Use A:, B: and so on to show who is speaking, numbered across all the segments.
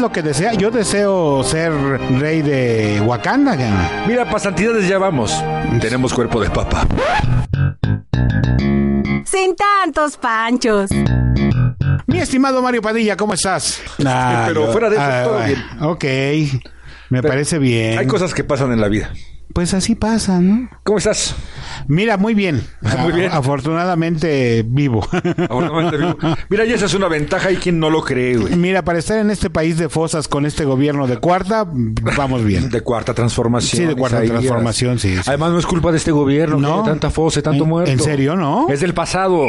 A: lo que desea. Yo deseo ser rey de Wakanda. ya.
B: Mira, para santidades ya vamos. Tenemos cuerpo de papa.
C: Sin tantos panchos.
A: Mi estimado Mario Padilla, ¿cómo estás?
B: Pero fuera de eso, todo bien.
A: bien. Ok, me parece bien.
B: Hay cosas que pasan en la vida.
A: Pues así pasa, ¿no?
B: ¿Cómo estás?
A: Mira, muy bien.
B: Ah, Muy bien.
A: A- Afortunadamente vivo.
B: Afortunadamente vivo. Mira, y esa es una ventaja y quien no lo cree, güey.
A: Mira, para estar en este país de fosas con este gobierno de cuarta, vamos bien.
B: De cuarta transformación.
A: Sí, de cuarta
B: Isaías.
A: transformación, sí, sí.
B: Además, no es culpa de este gobierno,
A: No.
B: no. Tanta fosa y tanto
A: ¿En-
B: muerto.
A: en serio, no?
B: Es del pasado.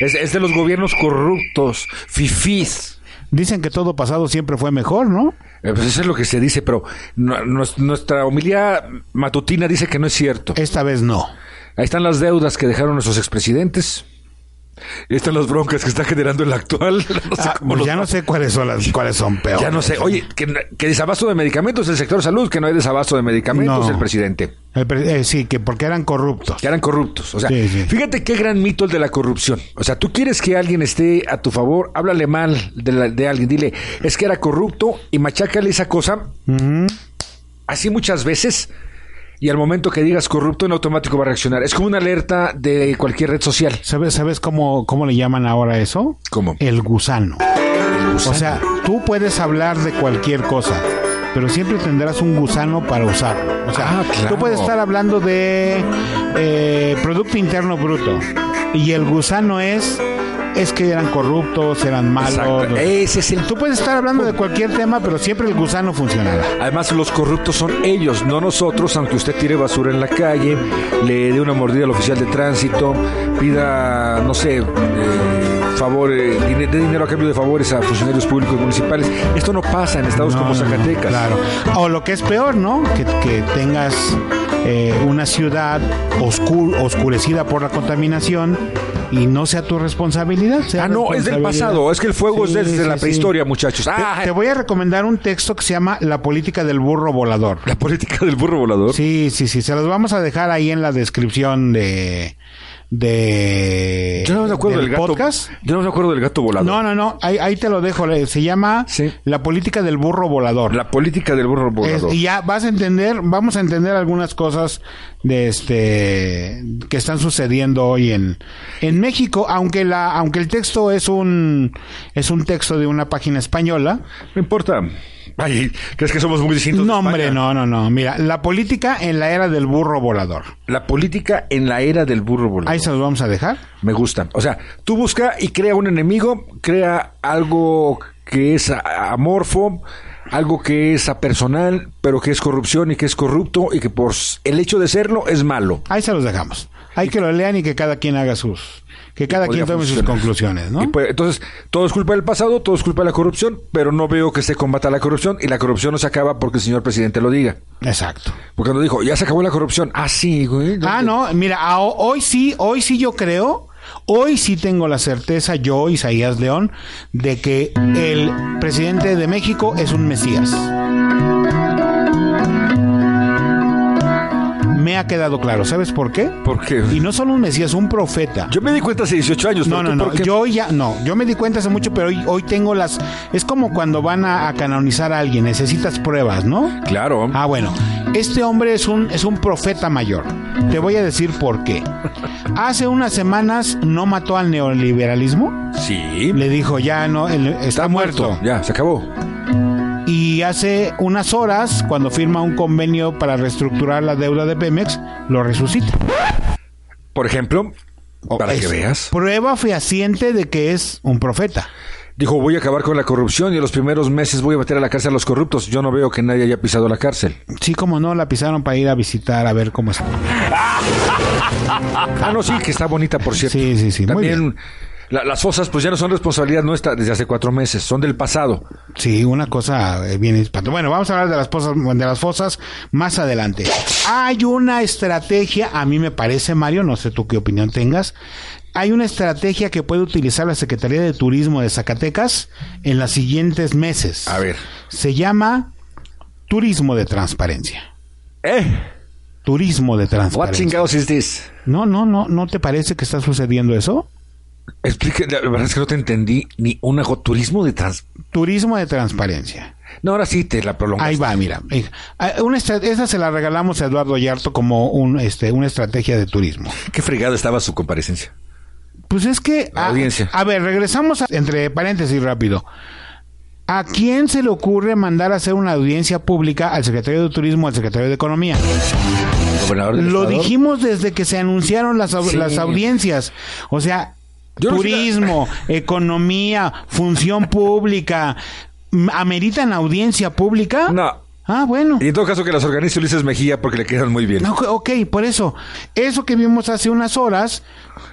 B: Es, es de los gobiernos corruptos, fifís.
A: Dicen que todo pasado siempre fue mejor, ¿no?
B: Eh, Pues eso es lo que se dice, pero no- nos- nuestra humildad matutina dice que no es cierto.
A: Esta vez no.
B: Ahí están las deudas que dejaron nuestros expresidentes. Ahí están las broncas que está generando el actual. No sé
A: Ah,
B: cómo los-
A: ya no sé cuáles son las cuáles son peores.
B: Ya no sé. Oye, que, que desabasto de medicamentos el sector salud, que no hay desabasto de medicamentos
A: No.
B: el presidente.
A: El pre- eh, sí, que porque eran corruptos.
B: Que eran corruptos. O sea,
A: Sí, sí.
B: fíjate qué gran mito el de la corrupción. O sea, tú quieres que alguien esté a tu favor, háblale mal de, la- de alguien, dile, es que era corrupto y machácale esa cosa así muchas veces. Y al momento que digas corrupto, en automático va a reaccionar. Es como una alerta de cualquier red social.
A: ¿Sabes, sabes cómo, cómo le llaman ahora eso?
B: ¿Cómo?
A: El gusano. O sea, tú puedes hablar de cualquier cosa, pero siempre tendrás un gusano para usarlo. O sea,
B: Ah, claro.
A: tú puedes estar hablando de eh, Producto Interno Bruto y el gusano es, es que eran corruptos, eran malos.
B: Exacto. Oh. Ese es el
A: Tú puedes estar hablando de cualquier tema, pero siempre el gusano funcionará.
B: Además, los corruptos son ellos, no nosotros, aunque usted tire basura en la calle, le dé una mordida al oficial de tránsito, pida, no sé, eh, favor, eh, dine- dé dinero a cambio de favores a funcionarios públicos municipales. Esto no pasa en estados
A: No,
B: Pues como
A: no, no,
B: Zacatecas.
A: claro. O lo que es peor, ¿no? Que, que tengas eh, una ciudad oscu- oscurecida por la contaminación y no sea tu responsabilidad. sea
B: Ah, no, es del
A: responsabilidad.
B: pasado, es que el fuego
A: Sí,
B: es desde
A: sí,
B: la
A: sí.
B: prehistoria, muchachos.
A: Te-
B: Ah,
A: Te voy a recomendar un texto que se llama La política del burro volador.
B: la política del burro volador.
A: Sí, sí, sí. Se los vamos a dejar ahí en la descripción de. de
B: Yo no me acuerdo del, gato.
A: podcast.
B: Yo no me acuerdo del gato volador.
A: No, no, no. Ahí, ahí te lo dejo. Le- Se llama
B: Sí.
A: La política del burro volador.
B: La política del burro
A: Es-
B: volador.
A: y ya vas a entender, vamos a entender algunas cosas de este que están sucediendo hoy en, en México, aunque la, aunque el texto es un es un texto de una página española.
B: No importa. Ay, ¿crees que somos muy distintos? de
A: No, hombre,
B: España?
A: no, no, no. Mira, la política en la era del burro volador.
B: La política en la era del burro volador.
A: Ahí se los vamos a dejar.
B: Me gusta. O sea, tú busca y crea un enemigo, crea algo que es a- amorfo, algo que es apersonal, pero que es corrupción y que es corrupto y que por s- el hecho de serlo es malo.
A: Ahí se los dejamos. Hay que lo lean y que cada quien haga sus, que cada
B: podría
A: quien tome sus
B: funcionar.
A: conclusiones, ¿no?
B: Y pues, entonces, todo es culpa del pasado, todo es culpa de la corrupción, pero no veo que se combata la corrupción y la corrupción no se acaba porque el señor presidente lo diga.
A: Exacto.
B: Porque cuando dijo, ya se acabó la corrupción, ah, sí, güey.
A: Ah, no, mira, a- hoy sí, hoy sí yo creo, hoy sí tengo la certeza, yo, Isaías León, de que el presidente de México es un Mesías. Me ha quedado claro, ¿sabes por qué?
B: ¿Por qué?
A: Y no solo un Mesías, un profeta.
B: Yo me di cuenta hace 18 años.
A: No,
B: pero
A: no,
B: tú,
A: no.
B: ¿por qué?
A: Yo hoy ya, no. Yo me di cuenta hace mucho, pero hoy, hoy tengo las. Es como cuando van a, a canonizar a alguien. Necesitas pruebas, ¿no?
B: Claro.
A: Ah, bueno. Este hombre es un, es un profeta mayor. Te voy a decir por qué. Hace unas semanas no mató al neoliberalismo.
B: sí.
A: Le dijo, ya no, él está, muerto.
B: Ya, se acabó.
A: Y hace unas horas, cuando firma un convenio para reestructurar la deuda de Pemex, lo resucita.
B: Por ejemplo, Oh, para que
A: Oh, Es
B: veas.
A: Prueba fehaciente de que es un profeta.
B: Dijo, voy a acabar con la corrupción y en los primeros meses voy a meter a la cárcel a los corruptos. Yo no veo que nadie haya pisado la cárcel.
A: Sí, como no, la pisaron para ir a visitar a ver cómo está.
B: Ah, no, sí, que está bonita, por cierto.
A: Sí, sí, sí, muy
B: También la- las fosas, pues ya no son responsabilidad nuestra desde hace cuatro meses, son del pasado.
A: Sí, una cosa eh, bien espantó. Bueno, vamos a hablar de las, fosas, de las fosas más adelante. Hay una estrategia, a mí me parece, Mario, no sé tú qué opinión tengas. Hay una estrategia que puede utilizar la Secretaría de Turismo de Zacatecas en los siguientes meses.
B: A ver.
A: Se llama turismo de transparencia.
B: ¿Eh?
A: Turismo de
B: What
A: transparencia.
B: chingados is this?
A: No, no, no, ¿no te parece que está sucediendo eso?
B: Explique, la verdad es que no te entendí ni un ajo. Turismo de trans.
A: Turismo de transparencia.
B: No, ahora sí te la prolongas.
A: Ahí va, mira. Eh, ah, Una, estra- esa se la regalamos a Eduardo Yarto como un, este, una estrategia de turismo.
B: Qué fregada estaba su comparecencia.
A: Pues es que...
B: La
A: a-
B: audiencia.
A: A, ver, regresamos a- entre paréntesis rápido. ¿A quién se le ocurre mandar a hacer una audiencia pública al secretario de Turismo, al secretario de Economía?
B: El gobernador del
A: Lo
B: estado.
A: dijimos desde que se anunciaron las, au-
B: Sí.
A: las audiencias. O sea,
B: Yo no sé-
A: turismo, economía, función pública. m- ¿Ameritan audiencia pública?
B: No.
A: Ah, bueno.
B: Y en todo caso que las organice Ulises Mejía porque le quedan muy bien.
A: No, ok, por eso. Eso que vimos hace unas horas,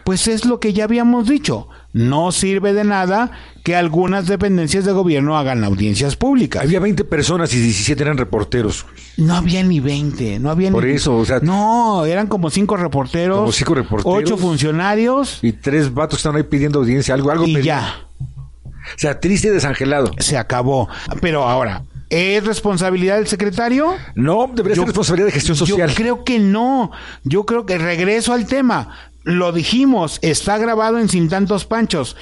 A: pues es lo que ya habíamos dicho. No sirve de nada que algunas dependencias de gobierno hagan audiencias públicas.
B: Había 20 personas y 17 eran reporteros. güey.
A: No había ni 20, no había
B: Por
A: ni...
B: eso, o sea-
A: No, eran como cinco reporteros.
B: Como cinco reporteros.
A: Ocho funcionarios
B: Y tres vatos están ahí pidiendo audiencia, algo, algo.
A: y
B: pedían.
A: ya.
B: O sea, triste y desangelado.
A: Se acabó. Pero ahora, ¿es responsabilidad del secretario?
B: No, debería
A: Yo-
B: ser responsabilidad de gestión social.
A: Yo creo que no. Yo creo que regreso al tema. Lo dijimos, está grabado en Sin Tantos Panchos.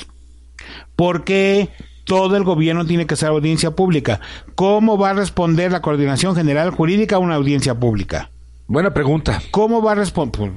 A: Porque todo el gobierno tiene que ser audiencia pública. ¿Cómo va a responder la Coordinación General Jurídica a una audiencia pública?
B: Buena pregunta.
A: ¿Cómo va a responder?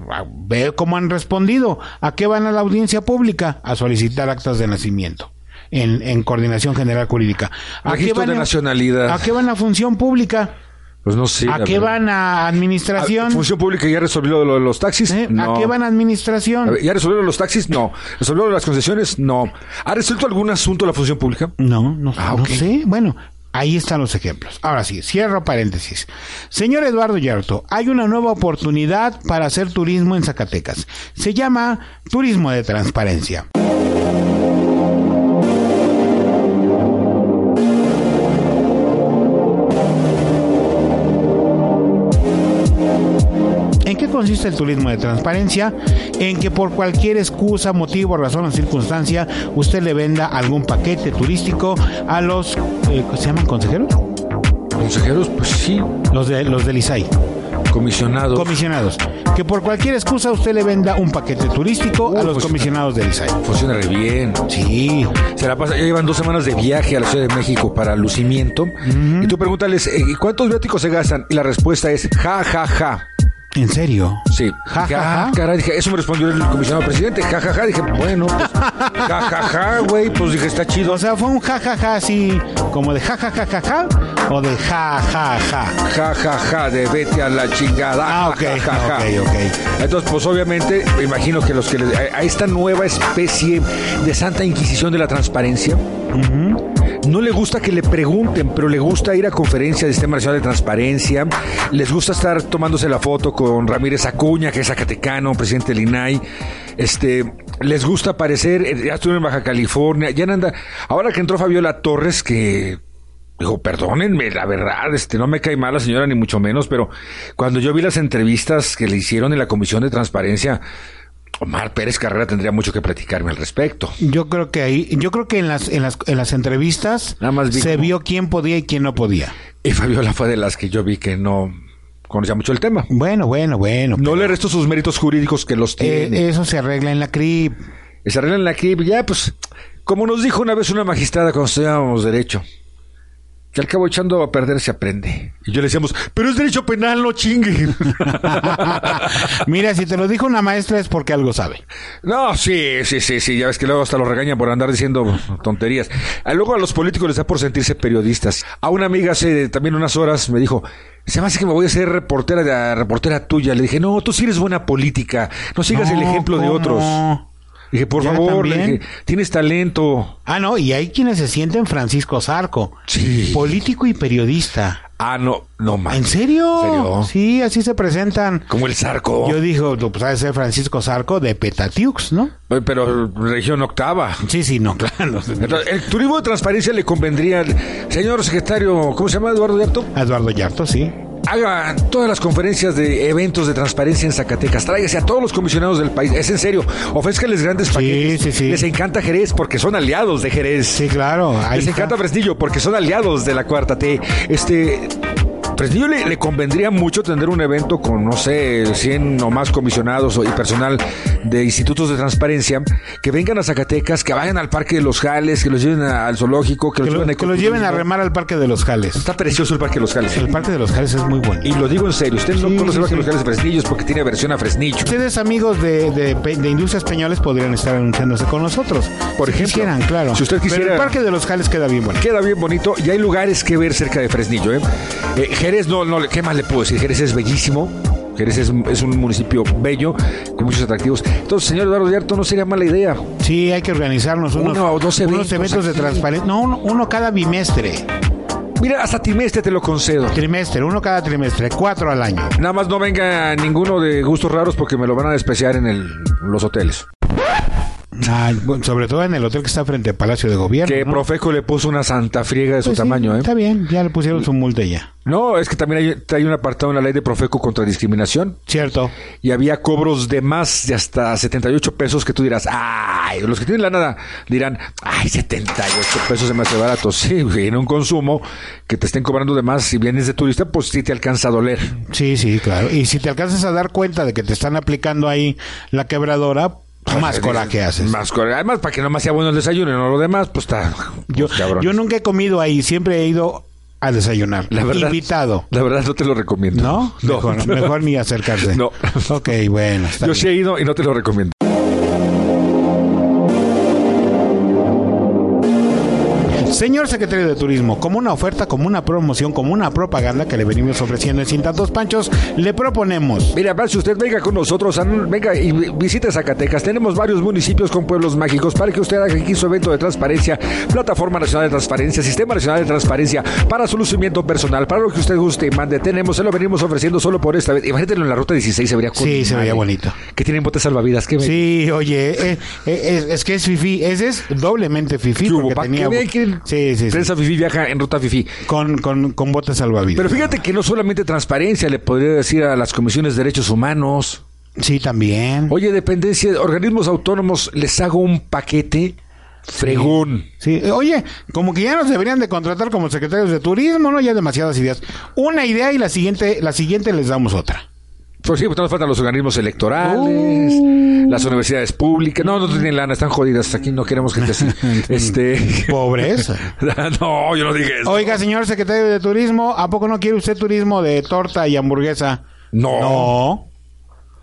A: Ve cómo han respondido. ¿A qué van a la audiencia pública? A solicitar actas de nacimiento. En, en Coordinación General Jurídica. ¿A
B: Registro de nacionalidad.
A: ¿A qué van a función pública?
B: Pues no sé.
A: ¿A
B: la
A: qué
B: verdad.
A: van a
B: Ah,
A: administración?
B: Función pública ya resolvió lo de los taxis.
A: ¿Eh?
B: No.
A: ¿A qué van administración?
B: A ver, ¿Ya resolvieron los taxis? No. ¿Resolvieron las concesiones? No. ¿Ha resuelto algún asunto la función pública?
A: No, no,
B: Ah,
A: no
B: ok.
A: sé. Bueno, ahí están los ejemplos. Ahora sí, cierro paréntesis. Señor Eduardo Yarto, hay una nueva oportunidad para hacer turismo en Zacatecas. Se llama Turismo de Transparencia. ¿En qué consiste el turismo de transparencia? En que por cualquier excusa, motivo, razón o circunstancia, usted le venda algún paquete turístico a los, eh, ¿se llaman consejeros?
B: Consejeros, pues sí.
A: Los de los del ISAI,
B: Comisionados.
A: comisionados. Que por cualquier excusa usted le venda un paquete turístico a
B: Uy,
A: los
B: pues,
A: comisionados del ISAI.
B: Funciona re bien.
A: Sí,
B: Se la pasa, ya llevan dos semanas de viaje a la Ciudad de México para lucimiento. Y tú pregúntales, eh, ¿cuántos viáticos se gastan? Y la respuesta es, ja, ja, ja.
A: en serio.
B: Sí.
A: Ja,
B: Dije,
A: ja,
B: ah,
A: ja.
B: caray, dije, eso me respondió el comisionado presidente. Ja, ja, ja. Dije, bueno, pues, ja, ja, ja, güey. Pues dije, está chido.
A: O sea, fue un jajaja así, como de jajajajaja o de jajaja.
B: Ja, ja, ja, de vete a la chingada.
A: Ah, ok,
B: Ja, ja, ja, ja.
A: ok, ok.
B: Entonces, pues obviamente, me imagino que los que les- a, a esta nueva especie de Santa Inquisición de la Transparencia, no le gusta que le pregunten, pero le gusta ir a conferencias del Sistema Nacional de Transparencia, les gusta estar tomándose la foto con Ramírez Acuña, que es Zacatecano, presidente del INAI, este, les gusta aparecer, eh, ya estuve en Baja California, ya no anda, ahora que entró Fabiola Torres, que Dijo, perdónenme, la verdad, este, no me cae mal la señora, ni mucho menos, pero cuando yo vi las entrevistas que le hicieron en la Comisión de Transparencia, Omar Pérez Carrera tendría mucho que platicarme al respecto.
A: Yo creo que ahí, yo creo que en las, en las, en las entrevistas
B: Nada más vi
A: se
B: como-
A: vio quién podía y quién no podía.
B: Y Fabiola fue de las que yo vi que no conocía mucho el tema.
A: Bueno, bueno, bueno.
B: No le resto sus méritos jurídicos que los
A: Eh,
B: tiene.
A: eso se arregla en la CRIP.
B: Y se arreglan aquí, ya pues, como nos dijo una vez una magistrada cuando estudiábamos derecho, que al cabo echando a perder se aprende. Y yo le decíamos, pero es derecho penal, no chingue.
A: Mira, si te lo dijo una maestra es porque algo sabe.
B: No, sí, sí, sí, sí, ya ves que luego hasta los regañan por andar diciendo tonterías. Ah, Luego a los políticos les da por sentirse periodistas. A una amiga hace también unas horas me dijo, se me hace que me voy a ser reportera de a- reportera tuya. Le dije, no, tú sí eres buena política, no sigas
A: No,
B: el ejemplo de
A: ¿cómo?
B: otros. Le dije, por
A: ¿Ya
B: favor, le
A: también?
B: dije, tienes talento.
A: Ah, no, y hay quienes se sienten Francisco Zarco.
B: Sí.
A: Político y periodista.
B: Ah, no, no más.
A: ¿En serio?
B: ¿En serio? Oh.
A: Sí, así se presentan.
B: Como el zarco,
A: Yo digo, tú, pues ha de ser Francisco Zarco de Petatiux, ¿no?
B: pero región octava.
A: Sí, sí, no, claro.
B: Entonces, el turismo de transparencia le convendría al señor secretario, ¿cómo se llama Eduardo Yarto?
A: Eduardo Yarto, sí.
B: Haga todas las conferencias de eventos de transparencia en Zacatecas. Tráigase a todos los comisionados del país. Es en serio. Ofrézcanles grandes paquetes.
A: sí, sí.
B: Les encanta Jerez porque son aliados de Jerez.
A: Sí, claro. ahí
B: Les
A: está.
B: encanta Fresnillo porque son aliados de la cuarta T. Este. Fresnillo le, le convendría mucho tener un evento con, no sé, 100 o más comisionados o- y personal de institutos de transparencia que vengan a Zacatecas, que vayan al Parque de los Jales, que los lleven a- al zoológico, que,
A: Que,
B: los
A: lo-
B: lleven a
A: que los lleven a remar al Parque de los Jales.
B: Está precioso el Parque de los Jales.
A: El Parque de los Jales es muy bueno.
B: Y lo digo en serio, usted no
A: Sí, sí,
B: conoce el Parque de
A: sí.
B: los Jales de Fresnillos porque tiene versión a Fresnillo.
A: Ustedes, amigos de, de, Pe- de Industrias Peñoles, podrían estar anunciándose con nosotros.
B: Por
A: si
B: ejemplo,
A: quisieran, claro.
B: si usted
A: Pero
B: quisiera-
A: el Parque de los Jales queda bien bonito.
B: Queda bien bonito y hay lugares que ver cerca de Fresnillo. ¿eh? Eh, Jerez, no, no, ¿qué más le puedo decir? Jerez es bellísimo. Jerez es, es un municipio bello, con muchos atractivos. Entonces, señor Eduardo Yarto, no sería mala idea.
A: Sí, hay que organizarnos unos,
B: Uno o dos
A: unos
B: eventos
A: eventos de
B: aquí.
A: transparencia. No, uno, uno cada bimestre,
B: Mira, hasta trimestre te lo concedo.
A: trimestre, uno cada trimestre, cuatro al año.
B: Nada más no venga ninguno de gustos raros porque me lo van a despreciar en el- los hoteles.
A: Ay, bueno, sobre todo en el hotel que está frente al Palacio de Gobierno.
B: Que
A: ¿no?
B: Profeco le puso una santa friega de su
A: Pues sí,
B: tamaño, ¿eh?
A: Está bien, ya le pusieron su multa ya.
B: No, es que también hay, hay un apartado en la ley de Profeco contra discriminación
A: Cierto.
B: y había cobros de más de hasta 78 pesos que tú dirás, ay, los que tienen la nada dirán, ay, 78 pesos se me hace barato. Sí, güey, en un consumo que te estén cobrando de más, si vienes de turista, pues sí te alcanza a doler.
A: Sí, sí, claro. Y si te alcanzas a dar cuenta de que te están aplicando ahí la quebradora, más coraje haces.
B: Pues Más coraje. Además, para que nomás sea bueno el desayuno y no lo demás, pues está.
A: Yo,
B: pues, cabrón.
A: yo nunca he comido ahí, siempre he ido a desayunar.
B: La verdad-
A: Invitado.
B: La verdad no te lo recomiendo.
A: ¿No?
B: No.
A: Mejor, mejor ni acercarse.
B: No.
A: Ok, bueno. está
B: Yo
A: bien.
B: sí he ido y no te lo recomiendo.
A: Señor secretario de Turismo, como una oferta, como una promoción, como una propaganda que le venimos ofreciendo en Sin Tantos Panchos, le proponemos.
B: Mira, Paz, si usted venga con nosotros, an- venga y vi- visite Zacatecas. Tenemos varios municipios con pueblos mágicos para que usted haga aquí su evento de transparencia, Plataforma Nacional de Transparencia, Sistema Nacional de Transparencia, para su lucimiento personal, para lo que usted guste y mande. Tenemos, se lo venimos ofreciendo solo por esta vez. Imagínatelo en la ruta 16, se vería con
A: Sí, se vería
B: madre.
A: bonito.
B: Que tienen botes salvavidas, qué bello.
A: Sí, oye, eh, eh, es, es que es fifi, ese es doblemente fifi
B: ¿Qué hubo,
A: porque
B: pa?
A: tenía
B: Que vean que
A: sí, sí, sí.
B: Prensa Fifi viaja en ruta Fifi.
A: con con con botes salvavidas.
B: Pero fíjate que no solamente transparencia le podría decir a las comisiones de derechos humanos.
A: sí, también.
B: Oye, dependencia, organismos autónomos, les hago un paquete fregón.
A: Sí, eh, oye, como que ya nos deberían de contratar como secretarios de turismo, no, ya demasiadas ideas. Una idea y la siguiente la siguiente les damos otra.
B: Pues sí, pues nos faltan los organismos electorales,
A: Oh.
B: las universidades públicas. No, no tienen lana, están jodidas. Aquí no queremos gente así. este.
A: Pobreza.
B: no, yo no dije eso.
A: Oiga, señor secretario de Turismo, ¿a poco no quiere usted turismo de torta y hamburguesa?
B: No.
A: No.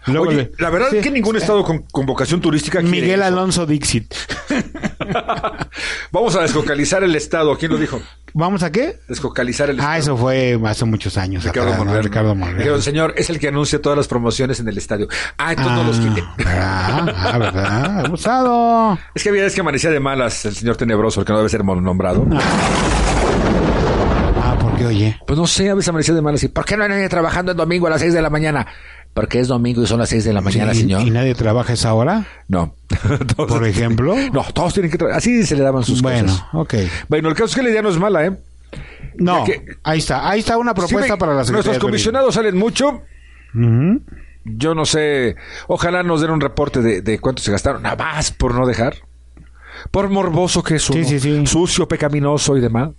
A: Luego
B: Oye,
A: le-
B: la verdad
A: Sí.
B: es que ningún estado con, con vocación turística quiere
A: Miguel
B: eso.
A: Alonso Dixit.
B: Vamos a descocalizar el estado. ¿Quién lo dijo?
A: ¿Vamos a qué?
B: Descocalizar el estado.
A: Ah, eso fue hace muchos años.
B: Ricardo
A: atrás, ¿no?
B: Monreal.
A: Ricardo Monreal.
B: Dijeron, señor, es el que anuncia todas las promociones en el estadio. Ah, entonces no los quité.
A: Ah, ¿verdad? Ah, ¿verdad? Abusado.
B: Es que había veces que amanecía de malas el señor Tenebroso, el que no debe ser mon- nombrado.
A: Ah, porque oye.
B: Pues no sé, a veces amanecía de malas. ¿Y por qué no hay nadie trabajando el domingo a las 6 de la mañana? Porque es domingo y son las 6 de la mañana,
A: ¿Y,
B: señor.
A: y nadie trabaja esa hora?
B: No. Todos-
A: Por ejemplo.
B: No, todos tienen que trabajar. Así se le daban sus
A: bueno,
B: cosas.
A: ok.
B: Bueno, el caso es que la idea no es mala, ¿eh?
A: No,
B: Ya que-
A: ahí está. Ahí está una propuesta
B: Sí, me-
A: para la Secretaría
B: Nuestros
A: de Turismo.
B: comisionados salen mucho.
A: Ujú.
B: Yo no sé, ojalá nos den un reporte de, de cuánto se gastaron, nada más por no dejar. Por morboso que es uno,
A: Sí, sí, sí.
B: sucio, pecaminoso y demás.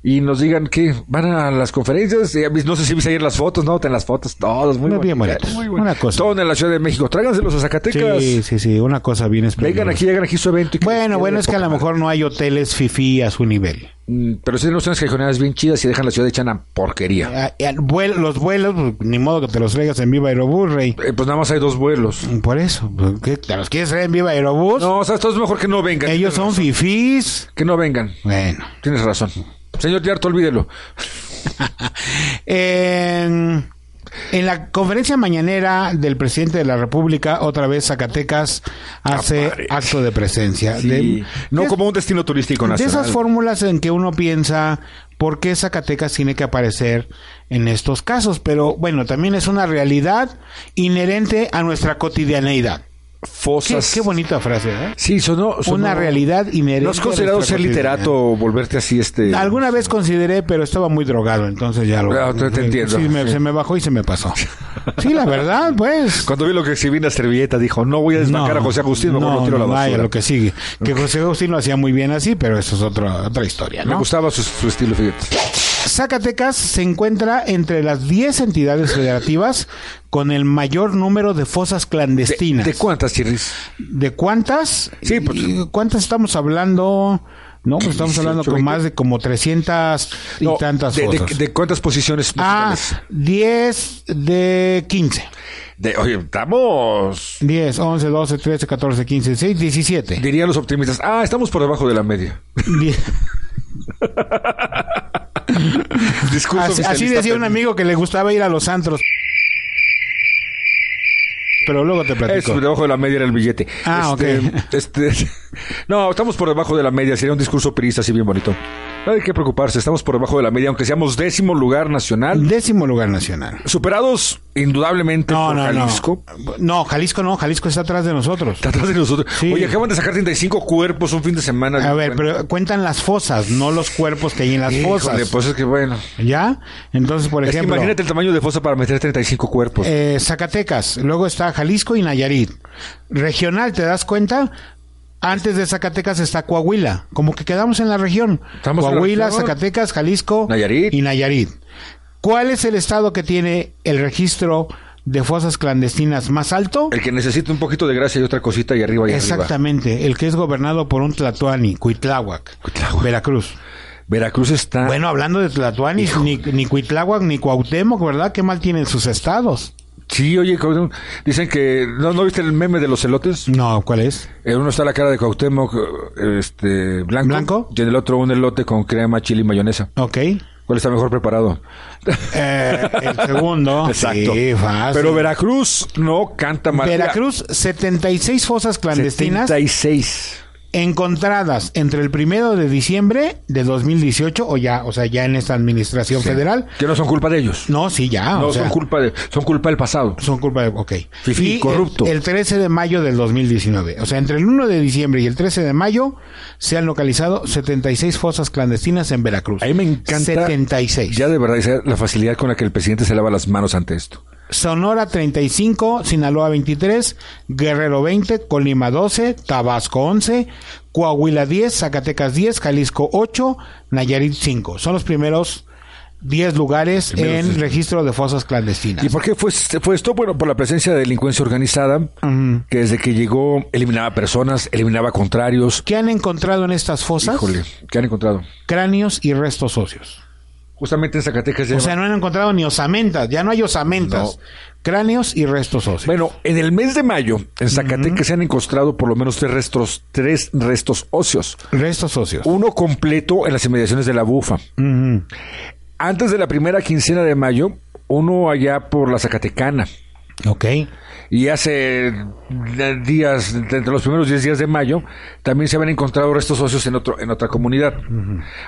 B: Y nos digan que van a las conferencias, y a mí- no sé si viste ayer las fotos, no, ten las fotos, todos muy
A: Muy bien
B: bonitas,
A: bonitos,
B: muy bonitas.
A: una cosa.
B: Todo en la Ciudad de México, tráiganselos a Zacatecas.
A: Sí, sí, sí. Una cosa bien específica.
B: Vengan aquí, hagan aquí su evento. y que les
A: Bueno,
B: quede
A: bueno, es que a
B: poca
A: lo
B: madre.
A: mejor no hay hoteles fifi a su nivel.
B: Mm, Pero si tienen unas cajoneadas bien chidas y dejan la ciudad hecha una porquería.
A: Ah, y al vuel- los vuelos, pues, ni modo que te los traigas en Viva Aerobús, rey.
B: Eh, pues nada más hay dos vuelos.
A: Por eso, pues, ¿qué? ¿te los quieres traer en Viva Aerobús?
B: No, o sea, esto es mejor que no vengan.
A: Ellos son fifís.
B: Que no vengan.
A: Bueno.
B: Tienes razón. Señor Yarto, olvídelo.
A: En, en la conferencia mañanera del presidente de la República, otra vez Zacatecas hace
B: Aparece.
A: acto de presencia. De-
B: Ah, no
A: es-
B: como un destino turístico
A: de
B: nacional.
A: esas fórmulas en que uno piensa por qué Zacatecas tiene que aparecer en estos casos, pero bueno, también es una realidad inherente a nuestra cotidianeidad. Qué,
B: fosas.
A: qué bonita frase, ¿eh?
B: Sí, sonó, sonó-
A: Una realidad inherente.
B: ¿No has
A: a
B: considerado
A: nuestra
B: ser literato
A: cotidianidad.
B: o volverte así este?
A: Alguna vez consideré, pero estaba muy drogado, entonces ya lo.
B: Ah, te- te entiendo.
A: Sí, me-
B: Sí.
A: Se me bajó y se me pasó. Sí, la verdad, pues.
B: Cuando vi lo que exhibí en la servilleta, dijo, no voy a desbancar a José Agustín, mejor lo tiro a la
A: no,
B: basura.
A: vaya, lo que sigue. Que José Agustín lo hacía muy bien así, pero eso es otra otra historia,
B: Me
A: ¿no?
B: gustaba su, su estilo, fíjate.
A: Zacatecas se encuentra entre las 10 entidades federativas con el mayor número de fosas
B: ¿De,
A: clandestinas.
B: de cuántas, Chirris?
A: ¿De cuántas?
B: Sí, pues-
A: ¿Y ¿Cuántas estamos hablando? No, pues estamos
B: 18,
A: hablando con
B: 20.
A: más de como 300 y
B: No,
A: tantas
B: de, de-
A: fosas.
B: de cuántas posiciones
A: ah,
B: musicales?
A: 10 de 15.
B: De- oye, estamos...
A: 10, 11, 12, 13, 14, 15, 16, 17.
B: Dirían los optimistas, ah, estamos por debajo de la media.
A: Die-
B: Discurso
A: Así, así
B: oficialista
A: decía un
B: pendiente.
A: amigo que le gustaba ir a los antros. Pero luego te
B: Es
A: platico.
B: por debajo de la media era el billete.
A: Ah,
B: Este,
A: ok.
B: este, no, estamos por debajo de la media. Sería un discurso pirista así bien bonito. No hay que preocuparse, estamos por debajo de la media, aunque seamos décimo lugar nacional.
A: Décimo lugar nacional.
B: Superados indudablemente
A: No,
B: por
A: no,
B: Jalisco.
A: no. No, Jalisco no. Jalisco está atrás de nosotros.
B: Está atrás de nosotros.
A: Sí.
B: Oye, acaban de sacar 35 cuerpos un fin de semana.
A: A ver, pero cuentan las fosas, no los cuerpos que hay en las
B: Híjole,
A: fosas.
B: pues es que bueno.
A: ¿Ya? Entonces, por
B: Es que
A: ejemplo,
B: imagínate pues. el tamaño de fosa para meter 35 cuerpos.
A: eh, Zacatecas, luego está Jalisco y Nayarit. Regional, ¿te das cuenta? Antes de Zacatecas está Coahuila, como que quedamos en la región.
B: Estamos en la
A: Coahuila,
B: región.
A: Zacatecas, Jalisco
B: Nayarit.
A: y Nayarit. ¿Cuál es el estado que tiene el registro de fosas clandestinas más alto?
B: el que necesita un poquito de gracia y otra cosita y arriba y arriba.
A: Exactamente, el que es gobernado por un Tlatoani, Cuitláhuac,
B: Cuitláhuac.
A: Veracruz.
B: Veracruz está.
A: Bueno, hablando de Tlatoani,
B: Hijo.
A: ni, ni Cuitláhuac ni Cuauhtémoc, ¿verdad? Qué mal tienen sus estados.
B: Sí, oye, Cuauhtémoc, dicen que. ¿no, ¿No viste el meme de los elotes?
A: No, ¿cuál es?
B: En Eh, uno está la cara de Cuauhtémoc eh, este, blanco,
A: ¿Blanco?
B: Y en el otro un elote con crema, chile y mayonesa.
A: Ok.
B: ¿Cuál está mejor preparado? Ah,
A: Eh, el segundo.
B: Exacto.
A: Sí, fácil.
B: Pero Veracruz no canta mal.
A: Veracruz, 76 fosas clandestinas
B: 76.
A: encontradas entre el primero de diciembre de 2018, o ya, o sea, ya en esta administración federal.
B: Que no son culpa de ellos.
A: No, sí, ya.
B: No,
A: o sea,
B: son culpa de, son culpa del pasado.
A: Son culpa de. Ok.
B: Fifí,
A: el-
B: corrupto.
A: El, 13 de mayo del 2019. O sea, entre el 1 de diciembre y el 13 de mayo se han localizado 76 fosas clandestinas en Veracruz.
B: A mí me encanta.
A: 76.
B: Ya de verdad, esa- la facilidad con la que el presidente se lava las manos ante esto.
A: Sonora 35, Sinaloa 23, Guerrero 20, Colima 12, Tabasco 11, Coahuila 10, Zacatecas 10, Jalisco 8, Nayarit 5. Son los primeros 10 lugares
B: Primeros
A: en
B: diez.
A: registro de fosas clandestinas.
B: ¿Y por qué fue, fue esto? Bueno, por la presencia de delincuencia organizada, que desde que llegó eliminaba personas, eliminaba contrarios.
A: ¿Qué han encontrado en estas fosas?
B: Híjole, ¿qué han encontrado?
A: Cráneos y restos óseos.
B: Justamente en Zacatecas.
A: O
B: llevan-
A: sea, no han encontrado ni osamentas, ya no hay osamentas.
B: No.
A: Cráneos y restos óseos.
B: Bueno, en el mes de mayo, en Zacatecas se han encontrado por lo menos tres restos, tres restos óseos.
A: restos óseos.
B: Uno completo en las inmediaciones de la bufa.
A: Ujú.
B: Antes de la primera quincena de mayo, uno allá por la Zacatecana.
A: Ok.
B: Y hace eh, días, entre los primeros 10 días de mayo, también se habían encontrado restos óseos en, otro, en otra comunidad.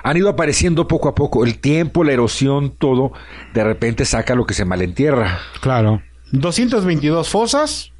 B: Han ido apareciendo poco a poco. El tiempo, la erosión, todo, de repente saca lo que se malentierra.
A: Claro. 222 fosas,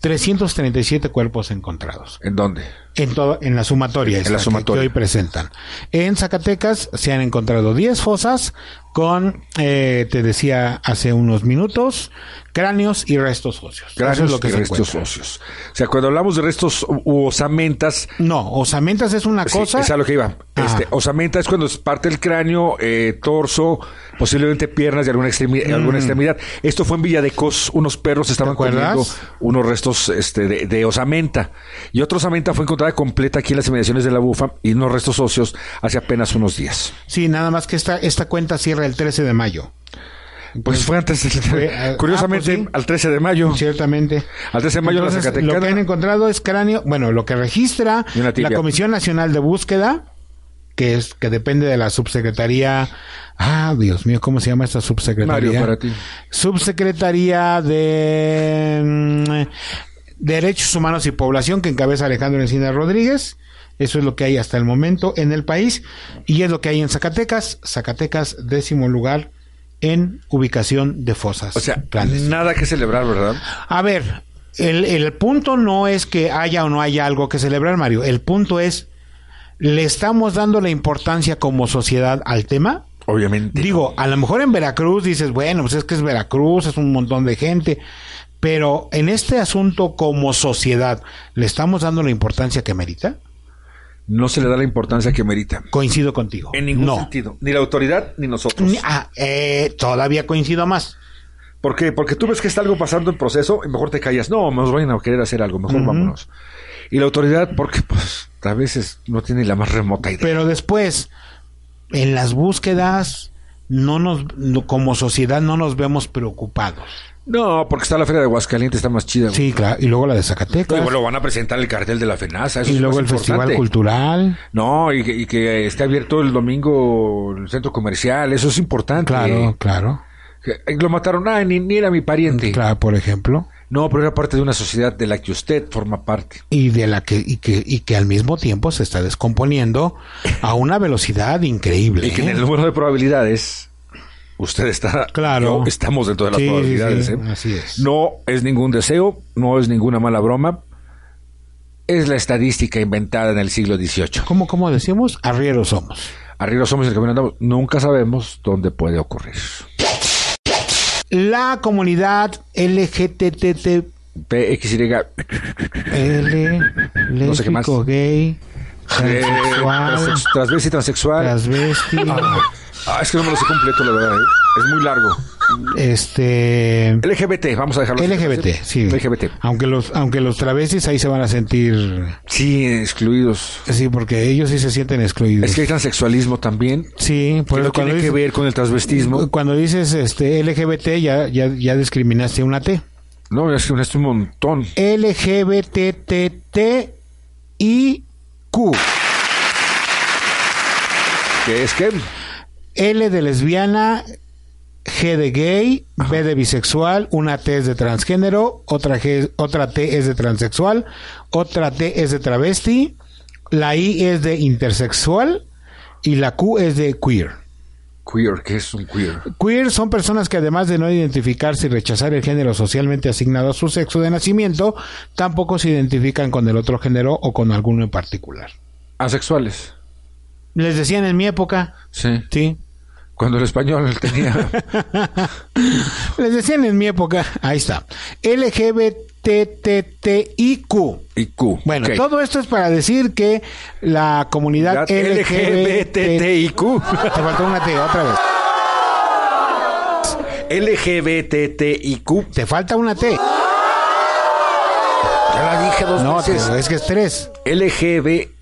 A: 337 cuerpos encontrados.
B: ¿En dónde?
A: En, todo, en la sumatoria, esta
B: la
A: que-
B: sumatoria.
A: que hoy presentan. En Zacatecas se han encontrado 10 fosas con, eh, te decía hace unos minutos, cráneos y restos óseos. Eso es
B: Gracias
A: lo que
B: y
A: se
B: restos
A: encuentra.
B: óseos. O sea, cuando hablamos de restos u- u osamentas, pues
A: No, osamentas es una
B: sí,
A: cosa. Ah.
B: es a lo que iba.
A: Ajá.
B: Este, osamenta es cuando es parte el cráneo, eh, torso, posiblemente piernas y alguna, extremi- alguna extremidad. Esto fue en Villa de Cos. Unos perros estaban
A: Mm. acuerdas?
B: comiendo unos restos este, de, de osamenta. Y otra osamenta fue encontrada completa aquí en las inmediaciones de la bufa y unos restos óseos hace apenas unos días.
A: Sí, nada más que esta, esta cuenta cierra el 13 de mayo.
B: Pues fue antes, del-
A: Fue, eh,
B: curiosamente,
A: ah, pues sí.
B: al 13 de mayo.
A: Ciertamente.
B: Al 13 de mayo
A: Entonces,
B: la
A: lo
B: Zacatecana.
A: que han encontrado es cráneo, bueno, lo que registra
B: Y una tibia.
A: la Comisión Nacional de Búsqueda, que es que depende de la subsecretaría, ah, Dios mío, ¿cómo se llama esta subsecretaría?
B: Mario, para ti.
A: Subsecretaría de mm, Derechos Humanos y Población que encabeza Alejandro Encina Rodríguez. Eso es lo que hay hasta el momento en el país y es lo que hay en Zacatecas. Zacatecas, décimo lugar en ubicación de fosas.
B: O sea,
A: clandestinas.
B: nada que celebrar, ¿verdad?
A: A ver, el, el punto no es que haya o no haya algo que celebrar, Mario. El punto es, ¿le estamos dando la importancia como sociedad al tema?
B: Obviamente.
A: Digo, a lo mejor en Veracruz dices, bueno, pues es que es Veracruz, es un montón de gente. Pero en este asunto como sociedad, ¿le estamos dando la importancia que merita?
B: no se le da la importancia que merita.
A: Coincido contigo.
B: En ningún
A: no.
B: sentido. Ni la autoridad ni nosotros.
A: Ni- ah, eh, todavía coincido más.
B: ¿Por qué? Porque tú ves que está algo pasando en proceso y mejor te callas. No, nos vayan a querer hacer algo, mejor vámonos. Y la autoridad, porque pues a veces no tiene la más remota idea.
A: Pero después, en las búsquedas, no nos, no- como sociedad, no nos vemos preocupados.
B: No, porque está la feria de Aguascalientes, está más chida. güey.
A: Sí, claro. Y luego la de
B: No, y
A: Zacatecas.
B: bueno, van a presentar el cartel de la FENASA. eso
A: Y
B: es
A: luego
B: más
A: el Festival
B: importante.
A: Cultural.
B: No, y que, y que esté abierto el domingo el centro comercial, eso es importante.
A: Claro, claro.
B: Que- Lo mataron, ah, ni, ni era mi pariente.
A: Claro, por ejemplo.
B: No, pero era parte de una sociedad de la que usted forma parte.
A: Y de la que, y que, y que al mismo tiempo se está descomponiendo a una velocidad increíble.
B: Y que en
A: ¿eh?
B: el número de probabilidades, usted está.
A: Claro.
B: yo estamos dentro de las
A: Sí, sí,
B: probabilidades.
A: sí,
B: ¿eh?
A: así es.
B: No es ningún deseo, no es ninguna mala broma. Es la estadística inventada en el siglo XVIII.
A: ¿Cómo, cómo decimos? Arrieros somos.
B: Arriba somos el camino andamos. Nunca sabemos dónde puede ocurrir.
A: La comunidad LGTT,
B: PXY.
A: L,
B: No sé qué más.
A: lésbico, gay,
B: eh,
A: transexual,
B: transex- Transvesti y transexual.
A: transvesti,
B: Ah, es que no me lo sé completo, la verdad. ¿eh? Es muy largo.
A: este...
B: LGBT, vamos a dejarlo. así.
A: LGBT, sí.
B: LGBT.
A: Aunque los, aunque los travestis ahí se van a sentir...
B: Sí, excluidos.
A: Sí, porque ellos sí se sienten excluidos.
B: Es que hay transexualismo también.
A: sí, por
B: que no
A: eso
B: tiene
A: cuando,
B: que
A: dices-
B: ver con el transvestismo.
A: cuando dices este LGBT ya, ya, ya discriminaste una T.
B: No, es que es un montón.
A: LGBTTIQ.
B: Que es que
A: L de lesbiana, G de gay, B de bisexual, una T es de transgénero, otra, G, otra T es de transexual, otra T es de travesti, la I es de intersexual y la Q es de queer.
B: queer, que es un queer.
A: Queer son personas que además de no identificarse y rechazar el género socialmente asignado a su sexo de nacimiento, tampoco se identifican con el otro género o con alguno en particular.
B: Asexuales.
A: Les decían en mi época,
B: Sí.
A: sí.
B: Cuando el español tenía.
A: Les decían en mi época, ahí está. LGBTTIQ.
B: y Q.
A: Bueno,
B: Ok.
A: todo esto es para decir que la comunidad LGBT...
B: LGBTIQ.
A: Te faltó una T, otra vez.
B: LGBTIQ.
A: Te falta una T.
B: Ya la dije dos
A: No, te-
B: veces.
A: es que es tres.
B: LGBTTIQ.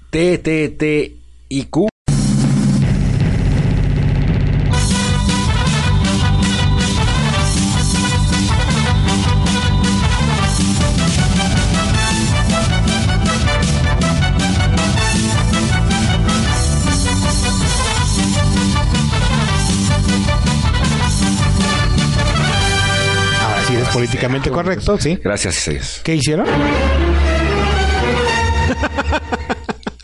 A: Ahora sí es políticamente correcto, ¿sí?
B: Gracias, seis.
A: ¿Qué hicieron?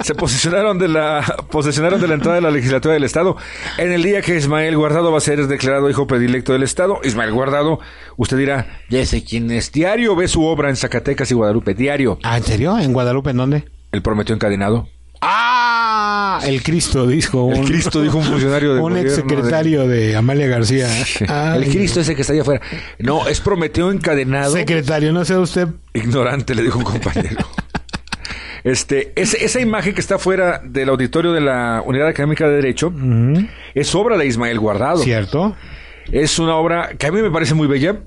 B: Se posicionaron de la posicionaron de la entrada de la legislatura del estado en el día que Ismael Guardado va a ser declarado hijo predilecto del estado. Ismael Guardado, usted dirá, ya sé quién es. Diario ve su obra en Zacatecas y Guadalupe. Diario.
A: Ah, ¿en serio? ¿En Guadalupe en dónde?
B: El prometió encadenado.
A: Ah, el Cristo, dijo.
B: El
A: un-
B: Cristo, dijo un funcionario del
A: Un
B: gobierno
A: exsecretario de... Amalia García. Ay,
B: El Cristo ese que está allá afuera. No, es prometió encadenado.
A: Secretario, no sea usted...
B: Ignorante, le dijo un compañero. Este, es- esa imagen que está fuera del auditorio de la Unidad Académica de Derecho es obra de Ismael Guardado.
A: ¿Cierto?
B: Es una obra que a mí me parece muy bella.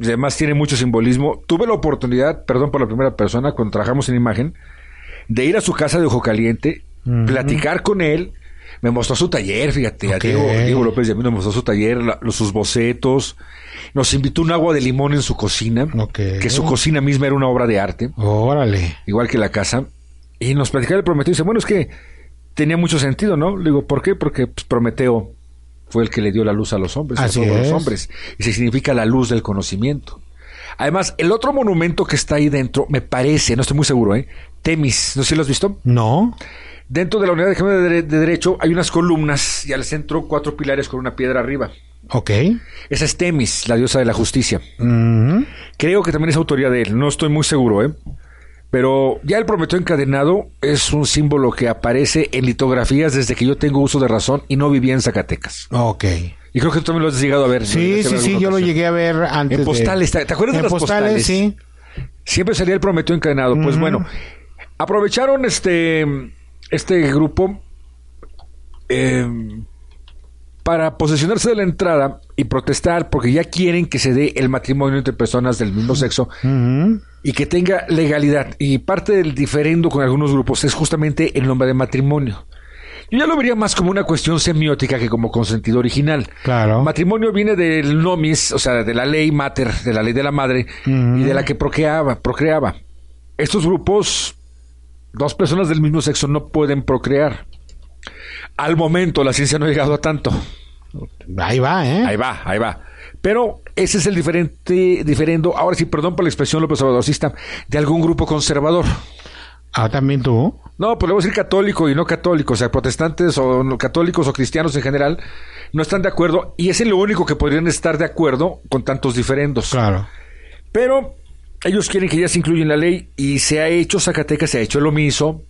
B: Además, tiene mucho simbolismo. Tuve la oportunidad, perdón por la primera persona, cuando trabajamos en imagen, de ir a su casa de Ojo Caliente, platicar con él. Me mostró su taller, fíjate. a
A: Ok.
B: Diego, Diego López y a mí nos mostró su taller, la- los, sus bocetos. Nos invitó un agua de limón en su cocina,
A: Ok.
B: que su cocina misma era una obra de arte
A: Órale.
B: igual que la casa, y nos platicaba el Prometeo. Dice, bueno, es que tenía mucho sentido, ¿no? Le digo, ¿por qué? Porque pues, Prometeo fue el que le dio la luz a los hombres,
A: Así
B: a todos
A: es.
B: los hombres. Y se significa la luz del conocimiento. Además, el otro monumento que está ahí dentro, me parece, no estoy muy seguro, ¿eh? Temis, no sé si lo has visto.
A: No.
B: Dentro de la unidad de Género de, Dere- de Derecho hay unas columnas y al centro cuatro pilares con una piedra arriba.
A: Ok.
B: Esa es Temis, la diosa de la justicia.
A: Mm.
B: Creo que también es autoría de él, no estoy muy seguro, ¿eh? Pero ya el Prometeo encadenado es un símbolo que aparece en litografías desde que yo tengo uso de razón y no vivía en Zacatecas.
A: Ok.
B: Y creo que tú también lo has llegado a ver. ¿no?
A: Sí,
B: Llegaste
A: sí,
B: a ver
A: sí,
B: alguna
A: yo lo
B: ocasión.
A: llegué a ver antes. de-
B: En postales, ¿te- te acuerdas de
A: en
B: las postales?
A: Sí.
B: Siempre salía el Prometeo encadenado. Pues bueno, aprovecharon este este grupo eh, para posesionarse de la entrada y protestar porque ya quieren que se dé el matrimonio entre personas del mismo sexo
A: Ujú.
B: y que tenga legalidad. Y parte del diferendo con algunos grupos es justamente el nombre de matrimonio. Yo ya lo vería más como una cuestión semiótica que como consentido original.
A: Claro.
B: Matrimonio viene del nomis, o sea, de la ley mater, de la ley de la madre
A: Ujú.
B: y de la que procreaba, procreaba. Estos grupos, dos personas del mismo sexo no pueden procrear. Al momento la ciencia no ha llegado a tanto.
A: Ahí va, ¿eh?
B: Ahí va, ahí va. Pero ese es el diferente, diferendo, ahora sí, perdón por la expresión López Obradorcista, de algún grupo conservador.
A: Ah, también tú.
B: No, pues le voy a decir católico y no católico, o sea, protestantes o no católicos o cristianos en general, no están de acuerdo y es lo único que podrían estar de acuerdo con tantos diferendos.
A: Claro.
B: Pero ellos quieren que ya se incluya en la ley y se ha hecho, Zacatecas se ha hecho lo mismo.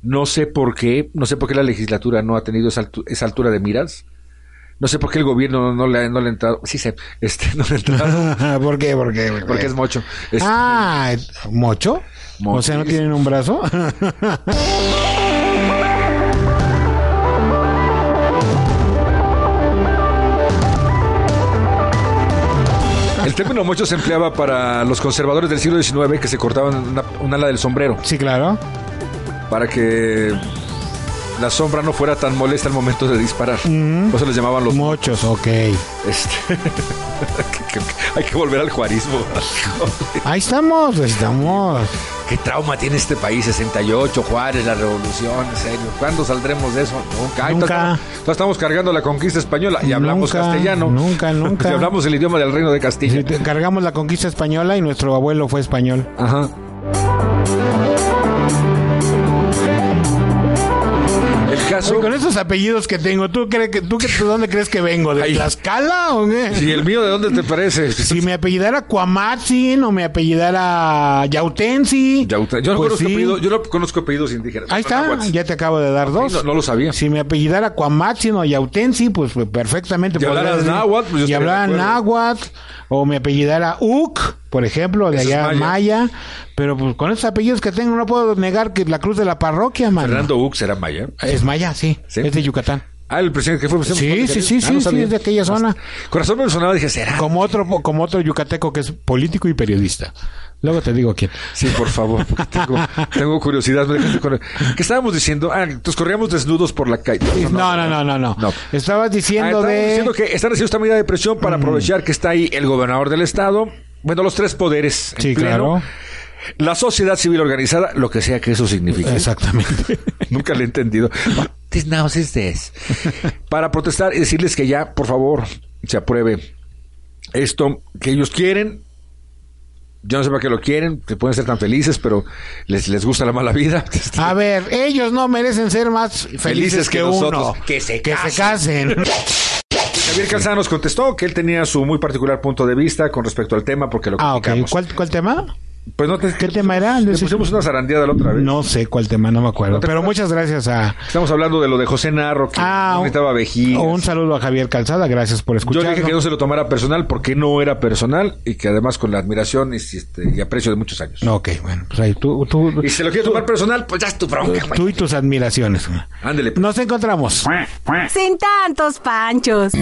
B: No sé por qué, no sé por qué la legislatura no ha tenido esa, altu- esa altura de miras. No sé por qué el gobierno no le ha, no le ha entrado. Sí, sé, este, no le ha entrado
A: ¿Por qué? ¿Por qué? ¿Por qué?
B: porque es mocho. Este,
A: Ah, ¿mocho?
B: Mocho.
A: O sea, ¿no tienen un brazo?
B: El término mocho se empleaba para los conservadores del siglo XIX que se cortaban una, un ala del sombrero
A: sí, claro.
B: para que la sombra no fuera tan molesta al momento de disparar. Por eso les llamaban los
A: Mochos, ok.
B: Este, que- que- hay que volver al juarismo.
A: Ahí estamos, estamos.
B: ¿Qué trauma tiene este país? 68, Juárez, la revolución, en serio. ¿Cuándo saldremos de eso? Nunca. Ay,
A: Nunca.
B: todavía estamos- todavía estamos cargando la conquista española y hablamos
A: Nunca,
B: castellano.
A: nunca, nunca.
B: Y hablamos el idioma del reino de Castilla.
A: Sí, te- Cargamos la conquista española y nuestro abuelo fue español.
B: Ajá. El caso...
A: Oye, con esos apellidos que tengo, ¿tú, crees que, tú que- de dónde crees que vengo? ¿De
B: Ay.
A: Tlaxcala o qué?
B: ¿Y el mío de dónde te parece?
A: Si me apellidara Cuamatzin o me apellidara Yautensi.
B: Ya, usted- yo, no
A: pues
B: conozco
A: sí.
B: apellido- yo no conozco apellidos indígenas.
A: Ahí está,
B: Nahuatl.
A: ya te acabo de dar dos.
B: Sí, no- no lo sabía.
A: Si me apellidara Cuamatzin o Yautensi, pues pues, perfectamente.
B: Y
A: podría
B: hablaras
A: decir-
B: náhuatl, pues, yo
A: y
B: estaría
A: hablara
B: de acuerdo.
A: náhuatl, o me apellidara Uc, por ejemplo, de
B: Eso es
A: allá
B: maya.
A: maya. Pero pues con esos apellidos que tengo, no puedo negar que la cruz de la parroquia, mano.
B: Fernando Ux era maya.
A: Es maya, sí.
B: Sí.
A: Es de Yucatán.
B: Ah, el presidente que fue presidente.
A: Sí,
B: Juan de
A: sí, sí,
B: Javier.
A: sí, sí,
B: Ah, sabía.
A: es de aquella zona.
B: Corazón me sonaba, dije, será.
A: Como otro, como otro yucateco que es político y periodista. Luego te digo quién.
B: Sí, por favor, porque tengo, tengo curiosidad. me dejaste con- ¿Qué estábamos diciendo? Ah, entonces corríamos desnudos por la calle.
A: No, no, no, no, no.
B: No.
A: Estabas
B: Ah,
A: diciendo
B: estábamos
A: de... Mm.
B: diciendo que están haciendo esta medida de presión para aprovechar que está ahí el gobernador del estado. Bueno, los tres poderes. en
A: Sí,
B: pleno.
A: claro.
B: La sociedad civil organizada, lo que sea que eso signifique.
A: Exactamente.
B: Nunca le he entendido. What this now is this? Para protestar y decirles que ya, por favor, se apruebe esto que ellos quieren. Yo no sé para qué lo quieren, que pueden ser tan felices, pero les, les gusta la mala vida.
A: A ver, ellos no merecen ser más felices,
B: Felices que
A: que, uno.
B: nosotros. Que se
A: casen.
B: Javier Calzada nos contestó que él tenía su muy particular punto de vista con respecto al tema, porque lo
A: Ah, ok.
B: criticamos.
A: ¿Cuál, cuál tema?
B: Pues no te-
A: ¿Qué tema era?
B: Le pusimos una zarandeada la otra vez.
A: No sé cuál tema, no me acuerdo.
B: ¿No te
A: Pero
B: acuerdas?
A: muchas gracias a...
B: Estamos hablando de lo de José Narro, que
A: Ah,
B: no
A: un-
B: necesitaba vejigas.
A: Un saludo a Javier Calzada, gracias por
B: Yo
A: escuchar.
B: le dije que no se lo tomara personal porque no era personal y que además con la admiración y, este, y aprecio de muchos años.
A: Ok, bueno, pues ahí tú, tú,
B: Y si se lo quiere tomar personal, pues ya es tu bronca, güey. Ah.
A: tú y tus admiraciones.
B: Ándele. pues.
A: Nos encontramos.
C: Sin tantos panchos.